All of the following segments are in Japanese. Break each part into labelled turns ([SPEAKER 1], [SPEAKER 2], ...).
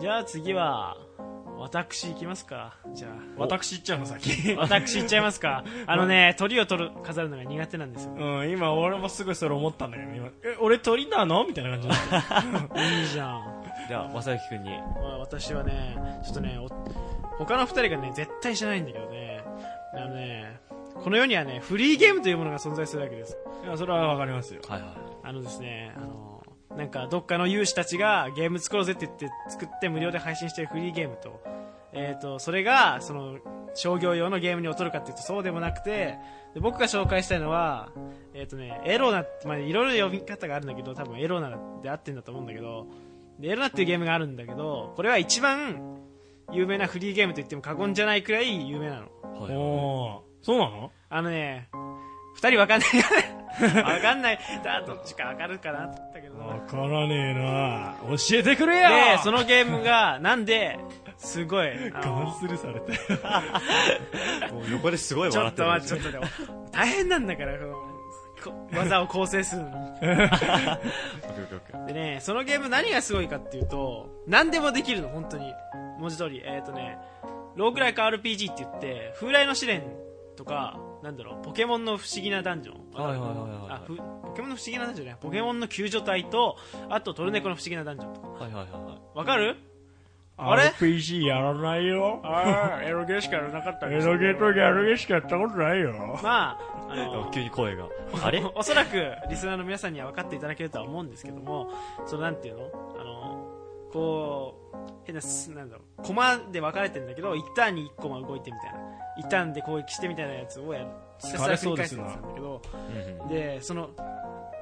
[SPEAKER 1] じゃあ次は、私行きますか。じゃあ、
[SPEAKER 2] 私行っちゃう の先
[SPEAKER 1] 私行っちゃいますか。あのね、鳥を取る、飾るのが苦手なんですよ。
[SPEAKER 2] うん今俺もすごいそれ思ったんだけど今え俺鳥なのみたいな感じだった
[SPEAKER 1] いいじゃん。
[SPEAKER 3] じゃあ、まさきくんに。
[SPEAKER 1] まあ、私はね、ちょっとね、お他の二人がね、絶対知らないんだけどね、あのね、この世にはね、フリーゲームというものが存在するわけです。
[SPEAKER 2] いやそれはわかりますよ
[SPEAKER 3] はいはい。
[SPEAKER 1] あのですね、あの、なんか、どっかの有志たちがゲーム作ろうぜって言って作って無料で配信してるフリーゲームと、えっ、と、それが、その、商業用のゲームに劣るかっていうとそうでもなくて、で僕が紹介したいのは、えっ、とね、エロナって、まあ、いろいろ呼び方があるんだけど、多分エロナで合ってんだと思うんだけど、で、エロナっていうゲームがあるんだけど、これは一番有名なフリーゲームと言っても過言じゃないくらい有名なの。
[SPEAKER 3] はいはい。
[SPEAKER 2] おーそうなの
[SPEAKER 1] あのね、二人わかんないよね。わかんない。だ、どっちかわかるかなと思ったけど。
[SPEAKER 2] わからねえな教えてくれよ
[SPEAKER 1] で、そのゲームが、なんで、すごい、あ
[SPEAKER 2] ガ
[SPEAKER 1] の
[SPEAKER 2] ンスルーされたよ
[SPEAKER 3] もう横ですごい
[SPEAKER 1] ちょ
[SPEAKER 3] 笑
[SPEAKER 1] っ
[SPEAKER 3] って
[SPEAKER 1] と待
[SPEAKER 3] る。
[SPEAKER 1] って、ちょっとでも、大変なんだから、このこ技を構成するのに。でね、そのゲーム何がすごいかっていうと、何でもできるの、本当に。文字通り。えっ、ー、とね、ローグライク RPG って言って、風来の試練とか、なんだろう、ポケモンの不思議なダンジョン。
[SPEAKER 3] はいはいはいはい
[SPEAKER 1] あふポケモンの不思議なダンジョンね。ポケモンの救助隊と、あとトルネコの不思議なダンジョンとか。
[SPEAKER 3] はいはいはいはい。
[SPEAKER 1] わかる
[SPEAKER 2] RPG やらないよ
[SPEAKER 1] ああ、エロゲーしかやらなかった
[SPEAKER 2] エロゲとギャルゲしかやったことないよ
[SPEAKER 1] まあ、あの
[SPEAKER 3] あ、急に声が。あれ
[SPEAKER 1] おそらくリスナーの皆さんには分かっていただけるとは思うんですけどもそのなんていうのあのこう変なすなんだろうコマで分かれてるんだけど一ターンに1コマ動いてみたいな一ターンで攻撃してみたいなやつをやるひたすら繰り返すやつなんだけど
[SPEAKER 3] うん
[SPEAKER 1] でその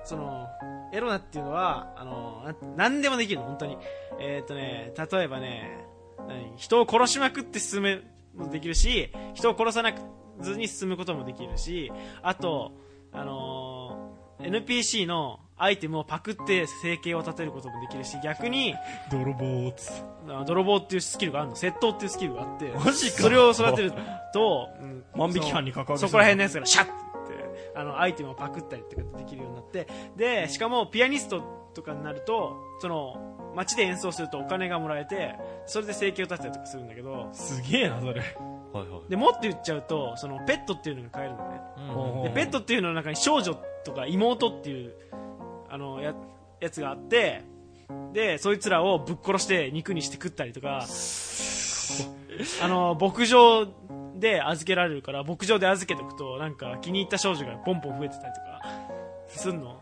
[SPEAKER 1] そのエロナっていうのはあのな何でもできるの本当にえっ、とね例えばね何人を殺しまくって進むもできるし人を殺さなくずに進むこともできるしあとあのー NPC のアイテムをパクって生計を立てることもできるし逆に
[SPEAKER 2] 泥棒つ
[SPEAKER 1] あの泥棒っていうスキルがあるの窃盗っていうスキルがあって
[SPEAKER 2] マジか
[SPEAKER 1] それを育てると、うん
[SPEAKER 2] 万引き犯に関わる
[SPEAKER 1] そこら辺のやつからシャッってあのアイテムをパクったりとかできるようになってでしかもピアニストとかになるとその街で演奏するとお金がもらえてそれで生計を立てたりとかするんだけど
[SPEAKER 2] すげえなそれ
[SPEAKER 3] はいはい。
[SPEAKER 1] でもっと言っちゃうとそのペットっていうのが買えるのね
[SPEAKER 3] うん
[SPEAKER 1] でペットっていうのの中に少女とか妹っていうあのややつがあってでそいつらをぶっ殺して肉にして食ったりとかあの牧場で預けられるから牧場で預けておくとなんか気に入った少女がポンポン増えてたりとかすんの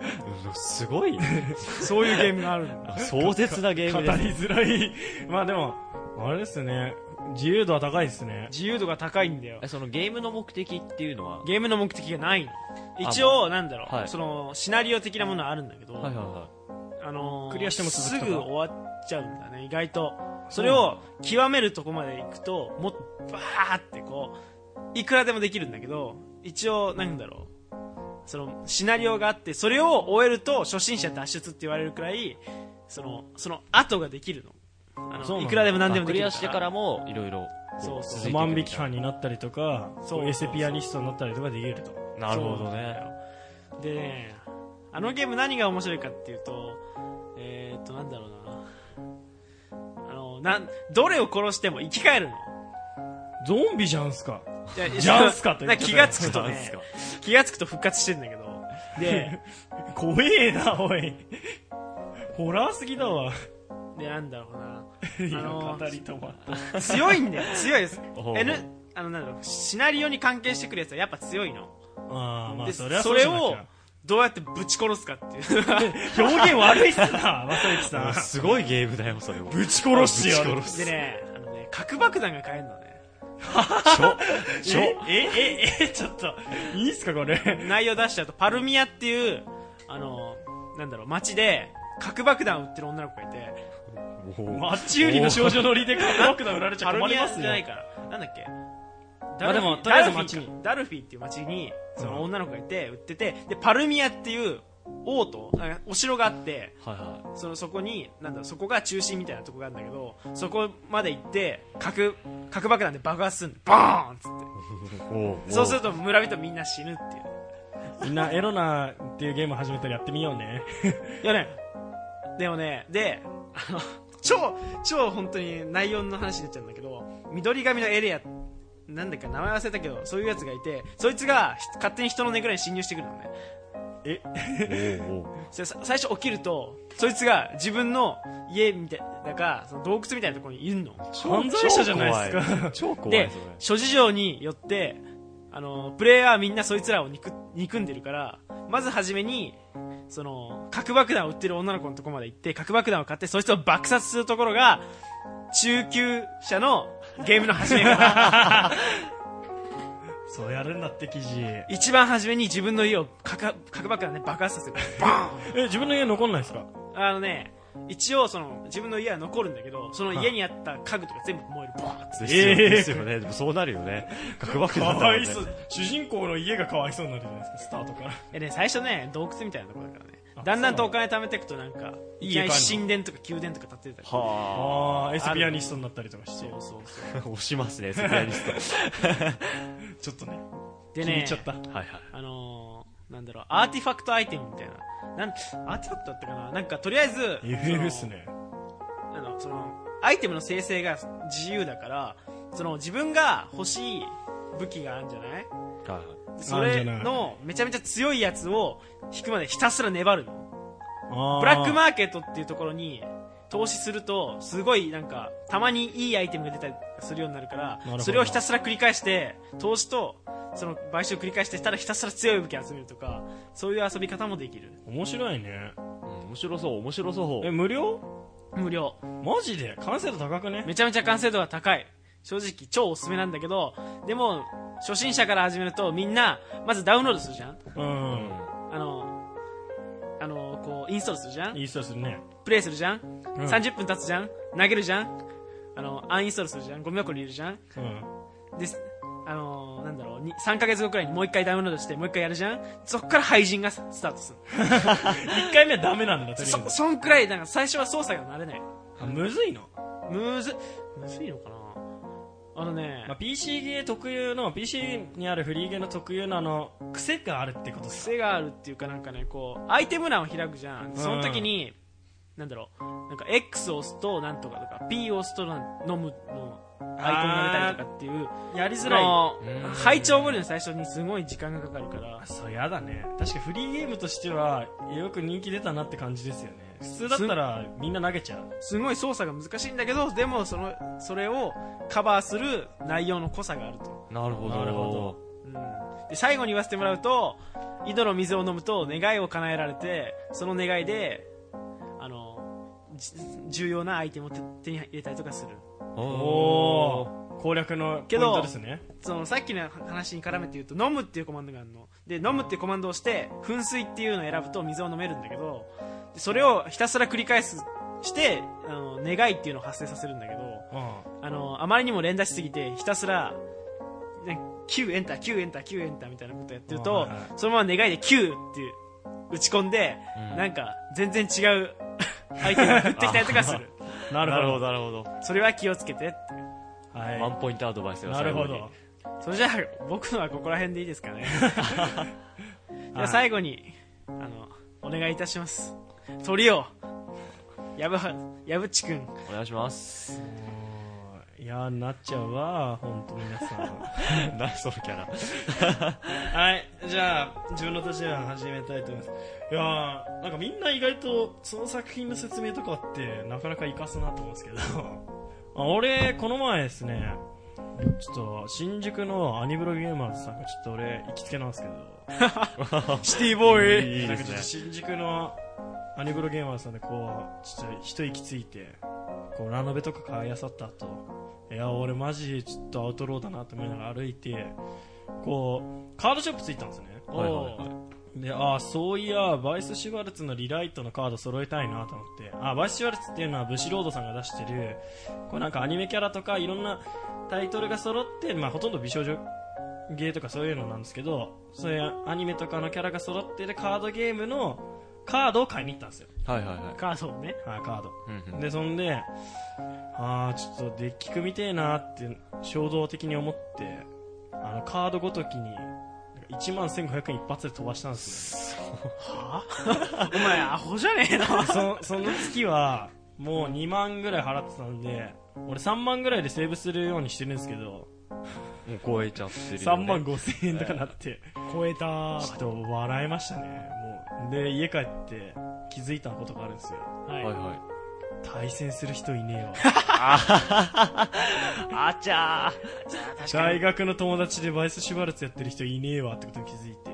[SPEAKER 3] うんすごいね。
[SPEAKER 1] そういうゲームがあるんだ
[SPEAKER 3] 壮絶なゲー
[SPEAKER 2] 語
[SPEAKER 3] ム
[SPEAKER 2] り
[SPEAKER 3] ですね。
[SPEAKER 2] づらい まあでもあれですね自由度は高いですね
[SPEAKER 1] 自由度が高いんだよ
[SPEAKER 3] えそのゲームの目的っていうのは、
[SPEAKER 1] ゲームの目的がないの一応なんだろう、
[SPEAKER 3] はい
[SPEAKER 1] そのシナリオ的なものはあるんだけど、
[SPEAKER 3] はいはいは
[SPEAKER 1] あのー
[SPEAKER 2] クリアしても続くと
[SPEAKER 1] す
[SPEAKER 2] か
[SPEAKER 1] ぐ終わっちゃうんだね意外とそれを極めるとこまで行くともっとバーってこういくらでもできるんだけど一応なんだろう、そのシナリオがあってそれを終えると初心者脱出って言われるくらいそのその後ができるのあ
[SPEAKER 2] そう
[SPEAKER 1] のい
[SPEAKER 2] なんだ
[SPEAKER 1] くらでも
[SPEAKER 3] い。
[SPEAKER 1] 何で
[SPEAKER 3] あ
[SPEAKER 1] も
[SPEAKER 3] ク
[SPEAKER 1] でき
[SPEAKER 3] リ
[SPEAKER 1] る
[SPEAKER 3] アしてからも、いろいろ。
[SPEAKER 1] そうそう
[SPEAKER 3] 続いていくみたいな
[SPEAKER 2] 万引き犯になったりとか
[SPEAKER 1] そう
[SPEAKER 2] エセピアニストになったりとかできると
[SPEAKER 3] なるほどね。
[SPEAKER 1] でねあのゲーム何が面白いかっていうとえー、っとなんだろうなあのなんどれを殺しても生き返るの
[SPEAKER 2] ゾンビじゃんすか
[SPEAKER 1] いや
[SPEAKER 2] ジャンスカと言っちゃった
[SPEAKER 1] 気がつくと
[SPEAKER 3] ジャン
[SPEAKER 1] ね
[SPEAKER 3] スカ、
[SPEAKER 1] 気がつくと復活してんだけど、 で、
[SPEAKER 2] 怖えなおいホラーすぎだわ
[SPEAKER 1] で、なんだろうな。
[SPEAKER 2] 今
[SPEAKER 1] あの
[SPEAKER 2] 語、 り止まった
[SPEAKER 1] 強いん だよ、強いです
[SPEAKER 3] お。う
[SPEAKER 1] N、あの、なんだろう、シナリオに関係してくるやつはやっぱ強いの。
[SPEAKER 2] ああま
[SPEAKER 1] で
[SPEAKER 2] あそれはうじ
[SPEAKER 1] れ
[SPEAKER 2] ゃなき
[SPEAKER 1] を
[SPEAKER 2] ゃ、
[SPEAKER 1] どうやってぶち殺すかっていう。
[SPEAKER 2] 表現悪いっすな正幸さん
[SPEAKER 3] すごいゲームだよ、それも。
[SPEAKER 2] ぶち殺してやる
[SPEAKER 3] ぶち殺す
[SPEAKER 1] でね、あのね、核爆弾が買えるのね。
[SPEAKER 3] しょ
[SPEAKER 2] ええ ええちょっといいっすかこれ
[SPEAKER 1] 内容出しちゃうと、パルミアっていう、あの、なんだろう、街で、核爆弾を売ってる女の子がいて、
[SPEAKER 2] マッチ売りの少女乗りでカックダ売られちゃ
[SPEAKER 1] パル
[SPEAKER 2] 困
[SPEAKER 1] ミ
[SPEAKER 2] り
[SPEAKER 1] ア
[SPEAKER 2] ま
[SPEAKER 1] じ
[SPEAKER 2] す
[SPEAKER 1] ゃ
[SPEAKER 2] よ
[SPEAKER 1] ないから。なんだっけ
[SPEAKER 2] まあで
[SPEAKER 1] ダル
[SPEAKER 2] も
[SPEAKER 1] フィ
[SPEAKER 2] とりあえず街に
[SPEAKER 1] ダルフィーっていう街に、その女の子がいて、売ってて、で、パルミアっていう王都、あお城があって、
[SPEAKER 3] はいはい。
[SPEAKER 1] そのそこに、なんだろうそこが中心みたいなとこがあるんだけど、そこまで行って、核、核爆弾で爆発するんで、ボーンっつっ
[SPEAKER 3] おう
[SPEAKER 1] て。そうすると村人みんな死ぬっていう。
[SPEAKER 2] みんなエロナっていうゲーム始めたらやってみようね
[SPEAKER 1] いやね、でもね、で、あの、超、超本当に内容の話になっちゃうんだけど、緑髪のエレア、なんだっけ名前忘れたけど、そういうやつがいて、そいつがひ勝手に人の寝ぐらいに侵入してくるのね。
[SPEAKER 2] え
[SPEAKER 3] おうおう
[SPEAKER 1] それさ最初起きると、そいつが自分の家みたいな、か、その洞窟みたいなところにいるの。
[SPEAKER 2] 犯罪者じゃないですか
[SPEAKER 3] 超怖い
[SPEAKER 1] で
[SPEAKER 3] 超怖い、
[SPEAKER 1] 諸事情によって、あの、プレイヤーはみんなそいつらを憎憎んでるから、まずはじめに、その、核爆弾を売ってる女の子のとこまで行って、核爆弾を買って、そいつを爆殺するところが、中級者のゲームの始めから、
[SPEAKER 2] そうやるんだって記事え
[SPEAKER 1] 一番初めに自分の家を核核爆弾で爆発させる。
[SPEAKER 2] 自分の家残んないですか
[SPEAKER 1] あのね、一応その、自分の家は残るんだけど、その家にあった家具とか全部燃える。バーンって
[SPEAKER 3] そうですよね。
[SPEAKER 2] えー
[SPEAKER 3] ですよね。でもそうなるよね。核爆
[SPEAKER 2] か
[SPEAKER 3] 弾だ
[SPEAKER 2] わ
[SPEAKER 3] もん
[SPEAKER 2] い
[SPEAKER 3] ね
[SPEAKER 2] そう主人公の家がかわいそうになるじゃないですかスタートから
[SPEAKER 1] えね、最初ね、洞窟みたいなところだからね
[SPEAKER 2] あ。
[SPEAKER 1] だんだんとお金貯めていくとなんか、いきなり
[SPEAKER 2] いい感じ
[SPEAKER 1] 神殿とか宮殿とか建ててたり。
[SPEAKER 3] は
[SPEAKER 2] ああエスピアニストになったりとかして
[SPEAKER 1] そうそうそう。
[SPEAKER 3] あ。押しますね、スペアリスト。
[SPEAKER 2] ちょっとね
[SPEAKER 1] で
[SPEAKER 2] 気に入
[SPEAKER 1] ね
[SPEAKER 2] っちゃ、った
[SPEAKER 3] はいはい。
[SPEAKER 1] あのー、なんだろう、アーティファクトアイテムみたいな。なん、アーティファクトだったかななんか、とりあえず、
[SPEAKER 2] FF っすね
[SPEAKER 1] そのあの、その、アイテムの生成が自由だから、その、自分が欲しい武器があるんじゃない
[SPEAKER 3] はいはい
[SPEAKER 1] そ
[SPEAKER 2] あ
[SPEAKER 1] れ
[SPEAKER 2] んじゃない
[SPEAKER 1] の、めちゃめちゃ強いやつを引くまでひたすら粘るの。
[SPEAKER 2] ブ
[SPEAKER 1] ブラックマーケットっていうところに投資すると、すごいなんか、たまにいいアイテムが出たりするようになるか
[SPEAKER 2] ほ
[SPEAKER 1] ら、
[SPEAKER 2] ど
[SPEAKER 1] それをひたすら繰り返して、投資と、その、買収を繰り返して、ただひたすら強い武器を集めるとか、そういう遊び方もできる。
[SPEAKER 2] 面白いね
[SPEAKER 3] うん面白そう、面白そ
[SPEAKER 2] え
[SPEAKER 3] う。
[SPEAKER 2] 無料
[SPEAKER 1] 無料。
[SPEAKER 2] マジで完成度高くね
[SPEAKER 1] めちゃめちゃ完成度が高い。正直、超おすすめなんだけど、でも、初心者から始めると、みんな、まずダウンロードするじゃん
[SPEAKER 2] う
[SPEAKER 3] うんん
[SPEAKER 1] あの、あの、こう、インストールするじゃん
[SPEAKER 2] いい人ですね
[SPEAKER 1] プレイするじゃん、
[SPEAKER 2] うん
[SPEAKER 1] ?30 分経つじゃん投げるじゃんあの、アンインストールするじゃんゴミ箱に入れるじゃん
[SPEAKER 2] うん
[SPEAKER 1] です。あのー、なんだろう、に3ヶ月後くらいにもう一回ダウンロードして、もう一回やるじゃんそっから廃人がススタートする。
[SPEAKER 2] 1回目はダメなんだとりあえ
[SPEAKER 1] そ、そんくらい、なんか最初は操作が慣れない。
[SPEAKER 2] ずむずいの、
[SPEAKER 1] むず、むずいのかなあのね
[SPEAKER 2] まあ、、PC ゲー特有の PC にあるフリーゲーの特有のあの癖があるってことですか
[SPEAKER 1] 癖があるっていうかなんかね、こう、アイテム欄を開くじゃん。その時に、なんだろう、なんか X を押すとなんとかとか、P を押すとなん飲むの、アイコンが出たりとかっていう、
[SPEAKER 2] やりづ
[SPEAKER 1] そ
[SPEAKER 2] らい
[SPEAKER 1] の
[SPEAKER 3] うん
[SPEAKER 1] 配置を覚えるの最初にすごい時間がかかるから
[SPEAKER 2] あそうやだね確かフリーゲームとしてはよく人気出たなって感じですよね普通だったらみんな投げちゃう
[SPEAKER 1] すごい操作が難しいんだけどでもそのそれをカバーする内容の濃さがあると、
[SPEAKER 3] なるほど。
[SPEAKER 2] なるほど
[SPEAKER 1] うん、で最後に言わせてもらうと井戸の水を飲むと願いを叶えられてその願いであのじ重要なアイテムを手手に入れたりとかする
[SPEAKER 3] おー
[SPEAKER 2] ー攻略のポイントですね
[SPEAKER 1] そのさっきの話に絡めて言うと飲むっていうコマンドがあるので飲むっていうコマンドをして噴水っていうのを選ぶと水を飲めるんだけどでそれをひたすら繰り返すしてあの願いっていうのを発生させるんだけど
[SPEAKER 2] うん
[SPEAKER 1] あのあまりにも連打しすぎてひたすらね9エンター9エンター9エンターみたいなことやってる
[SPEAKER 2] は
[SPEAKER 1] と
[SPEAKER 2] いはい
[SPEAKER 1] そのまま願いで9って打ち込んで、
[SPEAKER 3] うん
[SPEAKER 1] なんか全然違う相手が振ってきたりとかする
[SPEAKER 2] なる
[SPEAKER 3] なるほ
[SPEAKER 2] ほ
[SPEAKER 3] ど、なるほど。
[SPEAKER 1] それは気をつけて
[SPEAKER 2] ど
[SPEAKER 3] ワ
[SPEAKER 2] は
[SPEAKER 3] ンポイントアドバイス
[SPEAKER 2] い
[SPEAKER 3] が
[SPEAKER 2] な
[SPEAKER 3] 最
[SPEAKER 2] る
[SPEAKER 3] 後
[SPEAKER 2] ほ
[SPEAKER 3] に
[SPEAKER 2] ど
[SPEAKER 1] それじゃあ僕のはここら辺でいいですかねでは最後にあのお願いいたします鳥をやぶはやぶちくん
[SPEAKER 3] お願いします。
[SPEAKER 2] もういやなっちゃうわ本当皆さん
[SPEAKER 3] 何そのキャラ。
[SPEAKER 2] はいじゃあ自分の年は始めたいと思いますいやーなんかみんな意外とその作品の説明とかってなかなか活かすなと思うんですけどあ俺この前ですねちょっと新宿のアニブロゲーマーズさんがちょっと俺行きつけなんですけど
[SPEAKER 1] シティボーイ
[SPEAKER 3] いい
[SPEAKER 2] な
[SPEAKER 3] で
[SPEAKER 2] んかち
[SPEAKER 3] す
[SPEAKER 2] ょっ
[SPEAKER 3] ね
[SPEAKER 2] と。新宿のアニブロゲーマーさんでこうちょっと一息ついてこうラノベとか買いあさった後いや俺マジちょっとアウトローだなと思いながら歩いてこうカードショップ着いたんですよね
[SPEAKER 3] はいはいはい
[SPEAKER 2] でああそういやバイス・シュワルツのリライトのカード揃えたいなと思ってあバイス・シュワルツっていうのはブシロードさんが出してるこうなんかアニメキャラとかいろんなタイトルが揃って、まあ、ほとんど美少女ゲーとかそういうのなんですけどそういうアニメとかのキャラが揃ってるカードゲームのカードを買いに行ったんですよ、
[SPEAKER 3] はいはいはい。
[SPEAKER 1] カードをね
[SPEAKER 2] あーカード
[SPEAKER 3] うんうん
[SPEAKER 2] でそんでああちょっとデッキ組みてえなって衝動的に思ってあのカードごときに1万1500円一発で飛ばしたん ですよ
[SPEAKER 1] お前アホじゃねえの
[SPEAKER 2] そその月はもう2万ぐらい払ってたんで、俺3万ぐらいでセーブするようにしてるんですけど、
[SPEAKER 3] もう超えちゃってるよ、ね。
[SPEAKER 2] 3万5千円とかなって、
[SPEAKER 1] 超えた
[SPEAKER 2] ちょっと笑いましたね、もう。で、家帰って気づいたことがあるんですよ。
[SPEAKER 1] はい、
[SPEAKER 3] はいはい。
[SPEAKER 2] 対戦する人いねえ
[SPEAKER 1] あちゃーじゃあ
[SPEAKER 2] わ。
[SPEAKER 1] 確か
[SPEAKER 2] 大
[SPEAKER 1] に
[SPEAKER 2] 学の友達でバイスシュバルツやってる人いねえわってことに気づいて、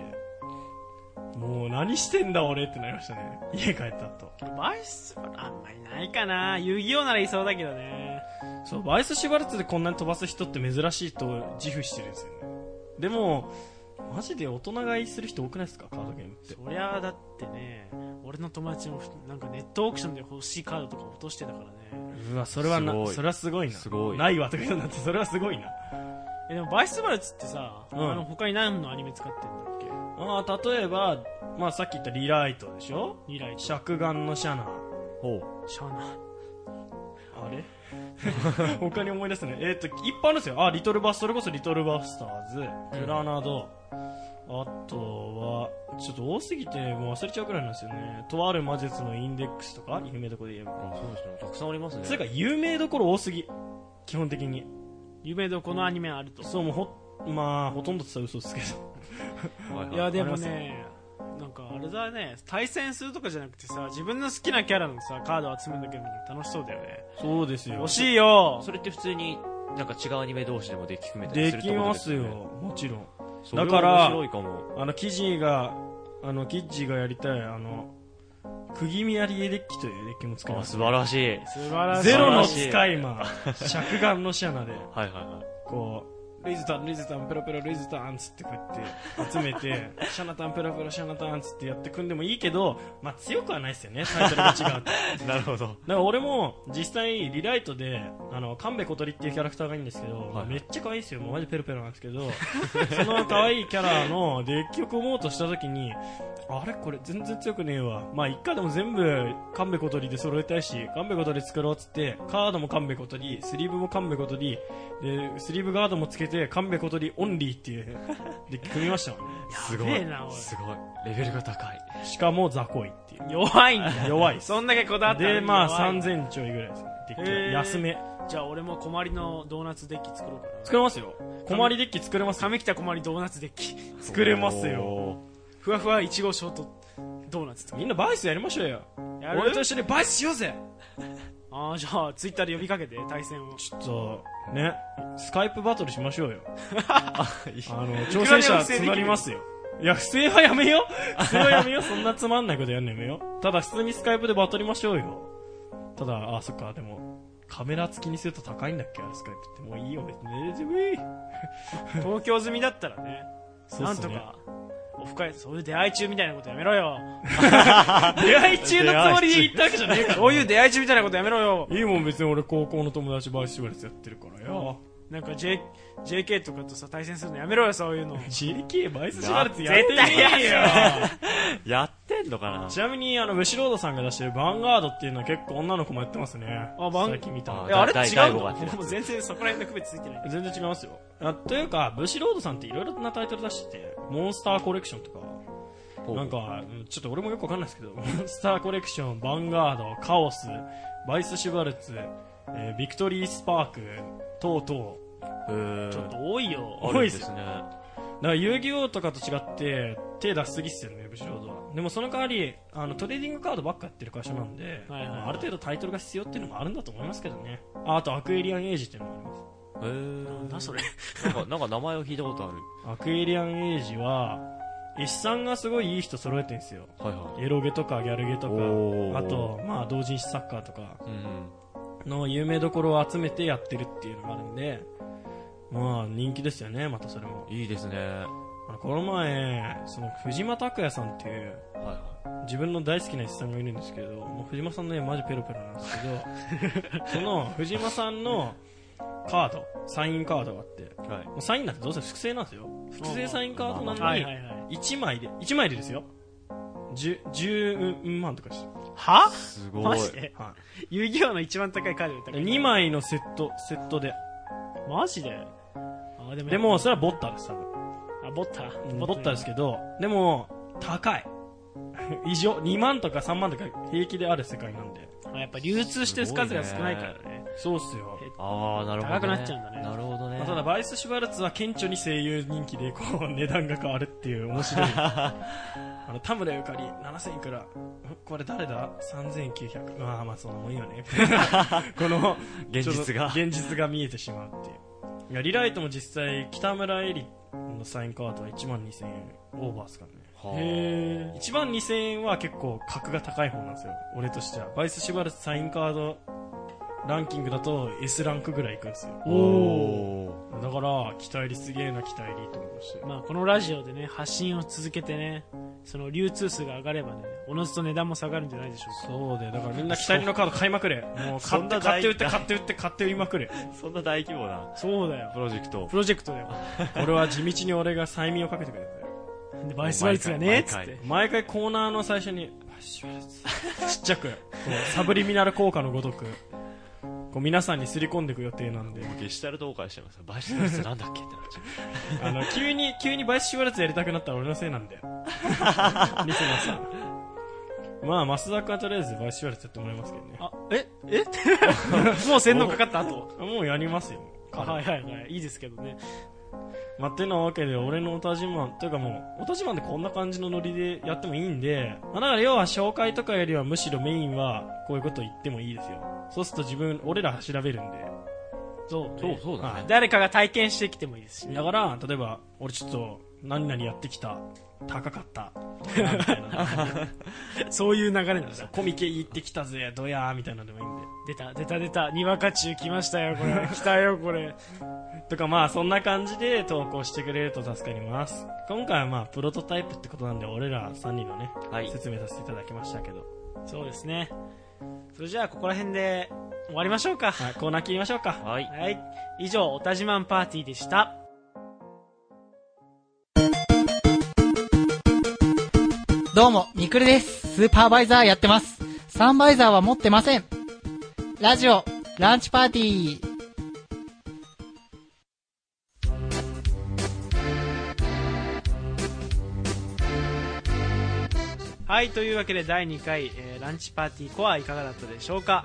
[SPEAKER 2] もう何してんだ俺ってなりましたね。家帰った後。
[SPEAKER 1] バイスはあんまりないかな遊戯王ならいそうだけどね
[SPEAKER 2] そう、バイスシュバルツでこんなに飛ばす人って珍しいと自負してるんですよね。でも、マジで大人買いする人多くないですかカードゲームって。
[SPEAKER 1] そりゃあだってね俺の友達もなんかネットオークションで欲しいカードとか落としてたからね
[SPEAKER 2] うわ、それはな
[SPEAKER 3] すご、い
[SPEAKER 2] それはすごいな。
[SPEAKER 3] すごい
[SPEAKER 2] ないわとか言うんだって、それはすごいな。
[SPEAKER 1] えでもバイスバルツってさ、
[SPEAKER 2] うん
[SPEAKER 1] あの他に何のアニメ使ってんだっけ
[SPEAKER 2] ああ、例えば、まあさっき言ったリライトでしょ
[SPEAKER 1] 未来シャ
[SPEAKER 2] 尺眼のシャナー。
[SPEAKER 3] ほう。
[SPEAKER 1] シャナ
[SPEAKER 2] あれ 他に思い出すね。えっ、と、いっぱいあるんですよ。あ、リトルバス、それこそリトルバスターズ、グラナド、あとは、ちょっと多すぎてもう忘れちゃうくらいなんですよね。とある魔術のインデックスとか、有名どころで言えば。
[SPEAKER 3] あ、そうですね。たくさんありますね。
[SPEAKER 2] つうか、有名どころ多すぎ。基本的に。
[SPEAKER 1] 夢どこのアニメあると
[SPEAKER 2] そう、もうほ、まあ、ほとんどって言ったら嘘ですけど。
[SPEAKER 3] はいはい
[SPEAKER 1] いやでもねなんかあれだね対戦するとかじゃなくてさ自分の好きなキャラのさカードを集めるだけでも楽しそうだよね
[SPEAKER 2] そうですよ
[SPEAKER 1] 欲。しいよ
[SPEAKER 3] それって普通に、なんか違うアニメ同士でもデッキ組めたり
[SPEAKER 2] です
[SPEAKER 3] るって
[SPEAKER 2] き
[SPEAKER 3] こと
[SPEAKER 2] ます
[SPEAKER 3] すよ
[SPEAKER 2] よ。
[SPEAKER 3] ね。
[SPEAKER 2] もちろん。
[SPEAKER 3] それは
[SPEAKER 2] だから
[SPEAKER 3] 面白いかも。
[SPEAKER 2] あの、キジが、あの、キッジがやりたい、あの、釘宮リエデッキというデッキも作り
[SPEAKER 3] あ、
[SPEAKER 2] ます
[SPEAKER 3] 素晴らしい。 はい
[SPEAKER 1] 素晴らしい
[SPEAKER 2] ゼロの使い魔、尺眼のシャナで、
[SPEAKER 3] はいはい。
[SPEAKER 2] こう、ルイズタン、ルイズタン、ペロペロ、ルイズタンつってこうやって集めて、シャナタン、ペロペロ、シャナタンつってやって組んでもいいけど、まあ強くはないですよね、タイトルが 違うと。
[SPEAKER 3] なるほど。
[SPEAKER 2] だから俺も実際リライトであの神戸小鳥っていうキャラクターがいいんですけど、
[SPEAKER 3] はい
[SPEAKER 2] めっちゃ可愛いですよもうマジペロペロなんですけどその可愛いキャラのデッキを組もうとした時にあれこれ全然強くねえわまあ一回でも全部神戸小鳥で揃えたいし神戸小鳥作ろうっつってカードも神戸小鳥スリーブも神戸小鳥でスリーブガードもつけて神戸小鳥オンリーっていう デッキ組みましたもんね
[SPEAKER 3] すご
[SPEAKER 1] やべ
[SPEAKER 3] い
[SPEAKER 1] えなおい。
[SPEAKER 3] すごい。レベルが高い。
[SPEAKER 2] しかも雑魚いっていう
[SPEAKER 1] 弱いんだ
[SPEAKER 2] 弱いです
[SPEAKER 1] そんだけこだわったら
[SPEAKER 2] でまあ
[SPEAKER 1] 弱い
[SPEAKER 2] 3000ちょいぐらいですねデッキは
[SPEAKER 1] へえ
[SPEAKER 2] 安め
[SPEAKER 1] じゃあ俺も困りのドーナツデッキ作ろうかな
[SPEAKER 2] 作れますよ。小回りデッキ作れますよ。
[SPEAKER 1] 上北困りドーナツデッキ
[SPEAKER 2] 作れますよ。
[SPEAKER 3] お
[SPEAKER 1] ふわふわいちごショートドーナツとか
[SPEAKER 2] みんなバイスやりましょうよ。
[SPEAKER 1] やる
[SPEAKER 2] 俺と一緒にバイスしようぜ
[SPEAKER 1] ああじゃあツイッターで呼びかけて対戦を
[SPEAKER 2] ちょっと、ね、スカイプバトルしましょう よ。
[SPEAKER 3] ー。いい
[SPEAKER 2] あの、挑戦者募りますよ。いや、不正はやめよう。不正はやめよう。そんなつまんないことやんのやめよう。ただ、普通にスカイプでバトりましょうよ。ただ、あ、そっか、でも、カメラ付きにすると高いんだっけあれ、スカイプって。もういいよ、別に。大丈夫いい
[SPEAKER 1] 東京済みだったらね
[SPEAKER 2] そう
[SPEAKER 1] な
[SPEAKER 2] っ
[SPEAKER 1] ん
[SPEAKER 2] す
[SPEAKER 1] と
[SPEAKER 2] ね。
[SPEAKER 1] かオフ会そういう出会い中みたいなことやめろ よ
[SPEAKER 2] 出会い中のつもりで言ったわけじゃねえか
[SPEAKER 1] そういう出会い中みたいなことやめろよ
[SPEAKER 2] ら。いいもん、別に俺高校の友達バイスシュバレスやってるからよ。
[SPEAKER 1] なんか、J、JK とかとさ対戦するのやめろよそういうの
[SPEAKER 2] JK バイスシュバルツやっ
[SPEAKER 1] 絶
[SPEAKER 2] て
[SPEAKER 1] 対
[SPEAKER 2] ね
[SPEAKER 1] や
[SPEAKER 2] え
[SPEAKER 1] る
[SPEAKER 2] よ
[SPEAKER 1] よ
[SPEAKER 3] やってんのかな
[SPEAKER 2] ちなみにあのブシロードさんが出してるヴァンガードっていうのは結構女の子もやってますね
[SPEAKER 1] あヴァン
[SPEAKER 2] 最近見た
[SPEAKER 3] あ
[SPEAKER 1] いやあれ
[SPEAKER 3] 第
[SPEAKER 1] 違う
[SPEAKER 3] 第五
[SPEAKER 1] の
[SPEAKER 3] がやってるやつ
[SPEAKER 1] もう全然そこら辺の区別ついてない
[SPEAKER 2] 全然違いますよあというかブシロードさんっていろいろなタイトル出しててモンスターコレクションとか
[SPEAKER 3] ほう
[SPEAKER 2] なんかちょっと俺もよくわかんないですけどモ ンスターコレクションヴァンガードカオスバイスシュバルツ、えービクトリースパーク等々
[SPEAKER 3] へー
[SPEAKER 1] ちょっと多いよ
[SPEAKER 3] あ
[SPEAKER 2] 多
[SPEAKER 3] る
[SPEAKER 2] いっ
[SPEAKER 3] んです
[SPEAKER 2] よ
[SPEAKER 3] すね。
[SPEAKER 2] だから遊戯王とかと違って手出しすぎっすよね、ブシロードは。でもその代わりあのトレーディングカードばっかやってる会社なんで、
[SPEAKER 1] はいはいはい
[SPEAKER 2] まあある程度タイトルが必要っていうのもあるんだと思いますけどね。ああとアクエリアンエイジっていうのもあります。
[SPEAKER 3] へー
[SPEAKER 1] なんだそれ
[SPEAKER 3] なんか、なんか名前を聞いたことある。
[SPEAKER 2] アクエリアンエイジは、石さんがすごいいい人揃えてるんですよ。
[SPEAKER 3] はいは
[SPEAKER 2] エロゲとかギャルゲと
[SPEAKER 3] お
[SPEAKER 2] か、
[SPEAKER 3] ー
[SPEAKER 2] あと、まあ同人誌サッカーとか
[SPEAKER 3] い。うん。
[SPEAKER 2] の有名どころを集めてやってるっていうのがあるんで、まあ人気ですよね、またそれも。
[SPEAKER 3] いいですね。は
[SPEAKER 2] あのこの前、その藤間拓也さんっていう、
[SPEAKER 3] いは
[SPEAKER 2] 自分の大好きな石さんがいるんですけど、もう藤間さんの絵マジペロペロなんですけ ど、その藤間さんのカード、サインカードがあって、
[SPEAKER 3] い。はい。
[SPEAKER 2] もうサインなんてどうせ複製なんですよ。複製サインカードなの
[SPEAKER 1] はい
[SPEAKER 2] に
[SPEAKER 1] は、いはい
[SPEAKER 2] 1枚で、1枚でですよ。10、10万とかして。
[SPEAKER 1] は
[SPEAKER 3] すごい。
[SPEAKER 1] マジで
[SPEAKER 2] は
[SPEAKER 1] 遊戯王の一番高いカードだった
[SPEAKER 2] い。2枚のセット、セットで。
[SPEAKER 1] マジであーでも
[SPEAKER 2] でも、それはボッタです、多分。
[SPEAKER 1] あボッタ
[SPEAKER 2] ボッタですすけど、でも、高い。異常、2万とか3万とか平気である世界なんで。
[SPEAKER 1] あまあ、やっぱ流通してる数が少ないからね
[SPEAKER 2] そうっすよ
[SPEAKER 3] ああ、なるほど、
[SPEAKER 1] 高
[SPEAKER 3] ね。
[SPEAKER 1] くなっちゃうんだね
[SPEAKER 3] なるほどね。
[SPEAKER 2] まあただバイス・シュバルツは顕著に声優人気でこう値段が変わるっていう 面白いあの田村ゆかり7000いくらんこれ誰だ3900まあまあそんなもんよ ねこの
[SPEAKER 3] 現実が
[SPEAKER 2] ちょっと現実が見えてしまうっていういやリライトも実際北村絵里のサインカードは1万2000円オーバーですからね
[SPEAKER 3] はあ
[SPEAKER 1] へ
[SPEAKER 2] 1万2000円は結構格が高い方なんですよ俺としてはバイス・シュバルツサインカードランキングだと S ランクぐらいいくんですよ
[SPEAKER 3] おお。
[SPEAKER 2] だから期待りすげえな期待りと思いましたよ
[SPEAKER 1] まあ、このラジオでね発信を続けてねその流通数が上がればねおのずと値段も下がるんじゃないでしょうか
[SPEAKER 2] そうでだからみんな期待りのカード買いまくれもう
[SPEAKER 3] そ
[SPEAKER 2] 買
[SPEAKER 3] ん
[SPEAKER 2] っ
[SPEAKER 3] な
[SPEAKER 2] て
[SPEAKER 3] 大
[SPEAKER 2] 買って売って買って売って買って売りまく れ
[SPEAKER 3] そんな大規模な
[SPEAKER 1] そうだよ
[SPEAKER 3] プロジェクト
[SPEAKER 1] プ。ロジェクト だよ
[SPEAKER 2] 俺は地道に俺が催眠をかけてくれたよ
[SPEAKER 1] で倍数率がねっ
[SPEAKER 3] 毎
[SPEAKER 1] つっ
[SPEAKER 3] 回
[SPEAKER 1] て
[SPEAKER 2] 毎回コーナーの最初に「ちっちゃくこうサブリミナル効果のごとくこう皆さんにすり込んでいく予定なんで
[SPEAKER 3] ゲシュタルト崩壊してます。バイスのやつなんだっけってなっちゃ
[SPEAKER 2] あの急に急にバイスシュワルツやりたくなったら俺のせい なんだよリスナーさんまあ増田君はとりあえずバイスシュワルツやってもらいますけどね
[SPEAKER 1] あええ もう洗 脳かかった後
[SPEAKER 2] もうやりますよ
[SPEAKER 1] あはいはいはいいいですけどね
[SPEAKER 2] まあ、てなわけで俺のオタ自慢というかもうオタ自慢でこんな感じのノリでやってもいいんで、まあ、だから要は紹介とかよりはむしろメインはこういうこと言ってもいいですよそうすると自分俺ら調べるんで
[SPEAKER 1] そう
[SPEAKER 3] う。そう、そうだ
[SPEAKER 2] は
[SPEAKER 3] ね。
[SPEAKER 1] 誰かが体験してきてもいいですしね
[SPEAKER 2] だから例えば俺ちょっと何々やってきた高かったみたいな
[SPEAKER 1] そういう流れなんだ
[SPEAKER 2] コミケ行ってきたぜどやーみたいなのでもいいんで
[SPEAKER 1] 出た出た出たにわか中来ましたよこれ来たよこれ
[SPEAKER 2] とかまあそんな感じで投稿してくれると助かります今回はまあプロトタイプってことなんで俺ら3人のね、
[SPEAKER 3] はい
[SPEAKER 2] 説明させていただきましたけど、
[SPEAKER 1] そうですねそれじゃあここら辺で終わりましょうか
[SPEAKER 2] はい、コーナー切りましょうか
[SPEAKER 3] はい。
[SPEAKER 1] はい以上おたじまんパーティーでした
[SPEAKER 4] どうも、みくるです。スーパーバイザーやってます。サンバイザーは持ってません。ラジオ、ランチパーティー。
[SPEAKER 1] はいというわけで第2回、えーランチパーティーコアいかがだったでしょうか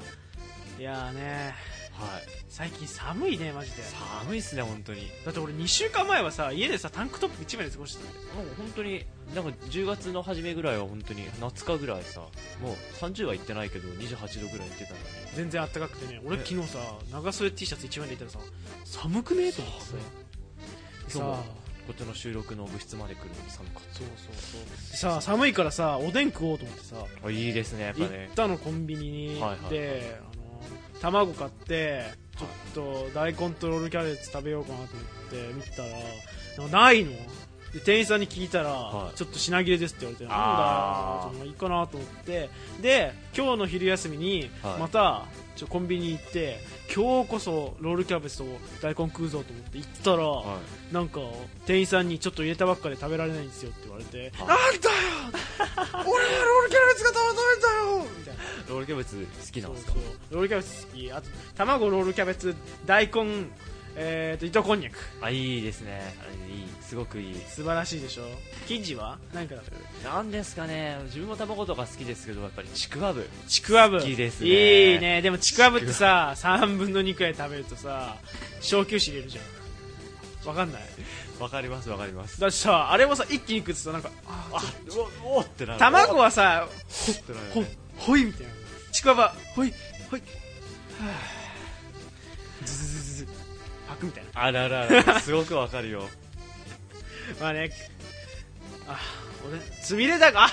[SPEAKER 1] いやーね
[SPEAKER 3] はい。
[SPEAKER 1] 最近寒いねマジで
[SPEAKER 3] 寒いっすね、本当に。
[SPEAKER 1] だって俺2週間前はさ家でさタンクトップ1枚で過ごしてたんだよ
[SPEAKER 3] もう本当に、なんか10月の初めぐらいは本当に、夏かぐらいさ、もう30は行ってないけど、28度ぐらい行ってたのに。
[SPEAKER 1] 全然あったかくてね俺昨日さ長袖 T シャツ1枚でいたらさ寒くねえと思ってさ
[SPEAKER 3] 今日も
[SPEAKER 1] さあ、
[SPEAKER 3] こっちの収録の部室まで来るのに寒かった。そうそう
[SPEAKER 1] でさ寒いからさおでん食おうと思ってさ
[SPEAKER 3] そう。いいですね、やっぱ
[SPEAKER 1] 行
[SPEAKER 3] ね
[SPEAKER 1] っ。たのコンビニに、
[SPEAKER 3] はいはい
[SPEAKER 1] であの卵買ってちょっと大根とロールキャベツ食べようかなと思って見たらなんかないので店員さんに聞いたら、
[SPEAKER 3] はい
[SPEAKER 1] ちょっと品切れですって言われてなんだ
[SPEAKER 3] あ
[SPEAKER 1] よ
[SPEAKER 3] ー
[SPEAKER 1] と思っていいかなと思ってで今日の昼休みに
[SPEAKER 3] はい
[SPEAKER 1] またちょコンビニ行って今日こそロールキャベツと大根食うぞと思って行ったら、
[SPEAKER 3] は
[SPEAKER 1] なんか店員さんにちょっと入れたばっかで食べられないんですよって言われて
[SPEAKER 3] あ。
[SPEAKER 1] なんだよ俺はロールキャベツが食べたいんだよみたいない
[SPEAKER 3] ロールキャベツ好きな
[SPEAKER 1] そ
[SPEAKER 3] ん
[SPEAKER 1] う
[SPEAKER 3] です
[SPEAKER 1] そ
[SPEAKER 3] か
[SPEAKER 1] うロールキャベツ好きあと卵ロールキャベツ大根えー、と糸こんにゃく
[SPEAKER 3] あ、いいですね。あいい。すごくいい。
[SPEAKER 1] 素晴らしいでしょ生地はなんか
[SPEAKER 3] なんですかね、自分も卵とか好きですけど、やっぱりちくわぶ。
[SPEAKER 1] ちくわぶ
[SPEAKER 3] 好きですね
[SPEAKER 1] いいねでもちくわぶってさ3分の2くらい食べるとさ小休止入れるじゃんわかんない
[SPEAKER 3] わかります、わかります。
[SPEAKER 1] だってさあれもさ一気に食ってさなんかあ
[SPEAKER 3] あ、お、おってなる。
[SPEAKER 1] 卵はさ
[SPEAKER 3] おってなる
[SPEAKER 1] ほ
[SPEAKER 3] よね。
[SPEAKER 1] ほいみたいなちくわばほいほいはあズズズズズパクみたいな
[SPEAKER 3] あららら、すごくわかるよ。
[SPEAKER 1] まあねあ俺つみれだが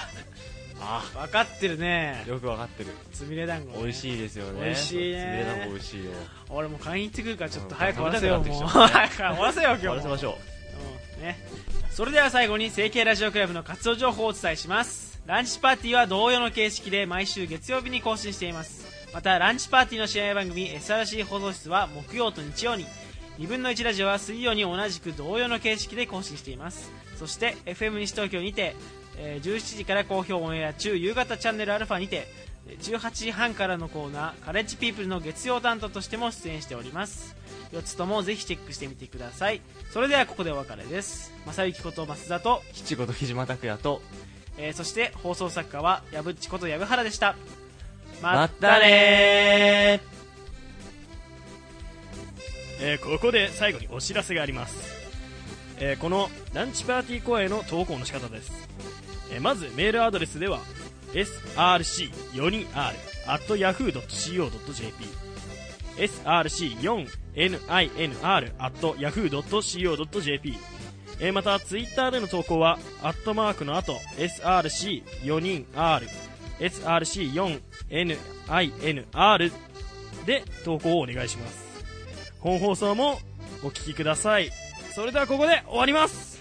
[SPEAKER 3] あ、
[SPEAKER 1] 分かってるね
[SPEAKER 3] よくわかってる。
[SPEAKER 1] つみれ団子、ね、
[SPEAKER 3] 美味しいですよね。
[SPEAKER 1] 美味しいね
[SPEAKER 3] つみれ団子美味しいよ。
[SPEAKER 1] 俺もう買いに行ってくるからちょっと
[SPEAKER 3] うん
[SPEAKER 1] 早く終わらせよう
[SPEAKER 3] 食べ
[SPEAKER 1] もう
[SPEAKER 3] たくなって
[SPEAKER 1] 早く終わらせよう今日
[SPEAKER 3] 終わらせましょう。
[SPEAKER 1] うんね、それでは最後に成形ラジオクラブの活動情報をお伝えしますランチパーティーは同様の形式で毎週月曜日に更新していますまたランチパーティーの試合番組 SRC 放送室は木曜と日曜に2分の1ラジオは水曜に同じく同様の形式で更新していますそして FM 西東京にて、えー17時から好評オンエア中夕方チャンネルアルファにてえー18時半からのコーナーカレッジピープルの月曜担当としても出演しております4つともぜひチェックしてみてくださいそれではここでお別れです正幸こと増田と、
[SPEAKER 3] 七五と木島拓哉と、
[SPEAKER 1] えーそして放送作家は矢渕こと藪原でしたま
[SPEAKER 3] たねー
[SPEAKER 2] えーここで最後にお知らせがあります、えーこのランチパーティーコアへの投稿の仕方です、えーまずメールアドレスでは src42r.yahoo.co.jp src4ninr.yahoo.co.jp えーまたツイッターでの投稿はアットマークの後 src4ninr src4ninr で投稿をお願いします本放送もお聞きくださいそれではここで終わります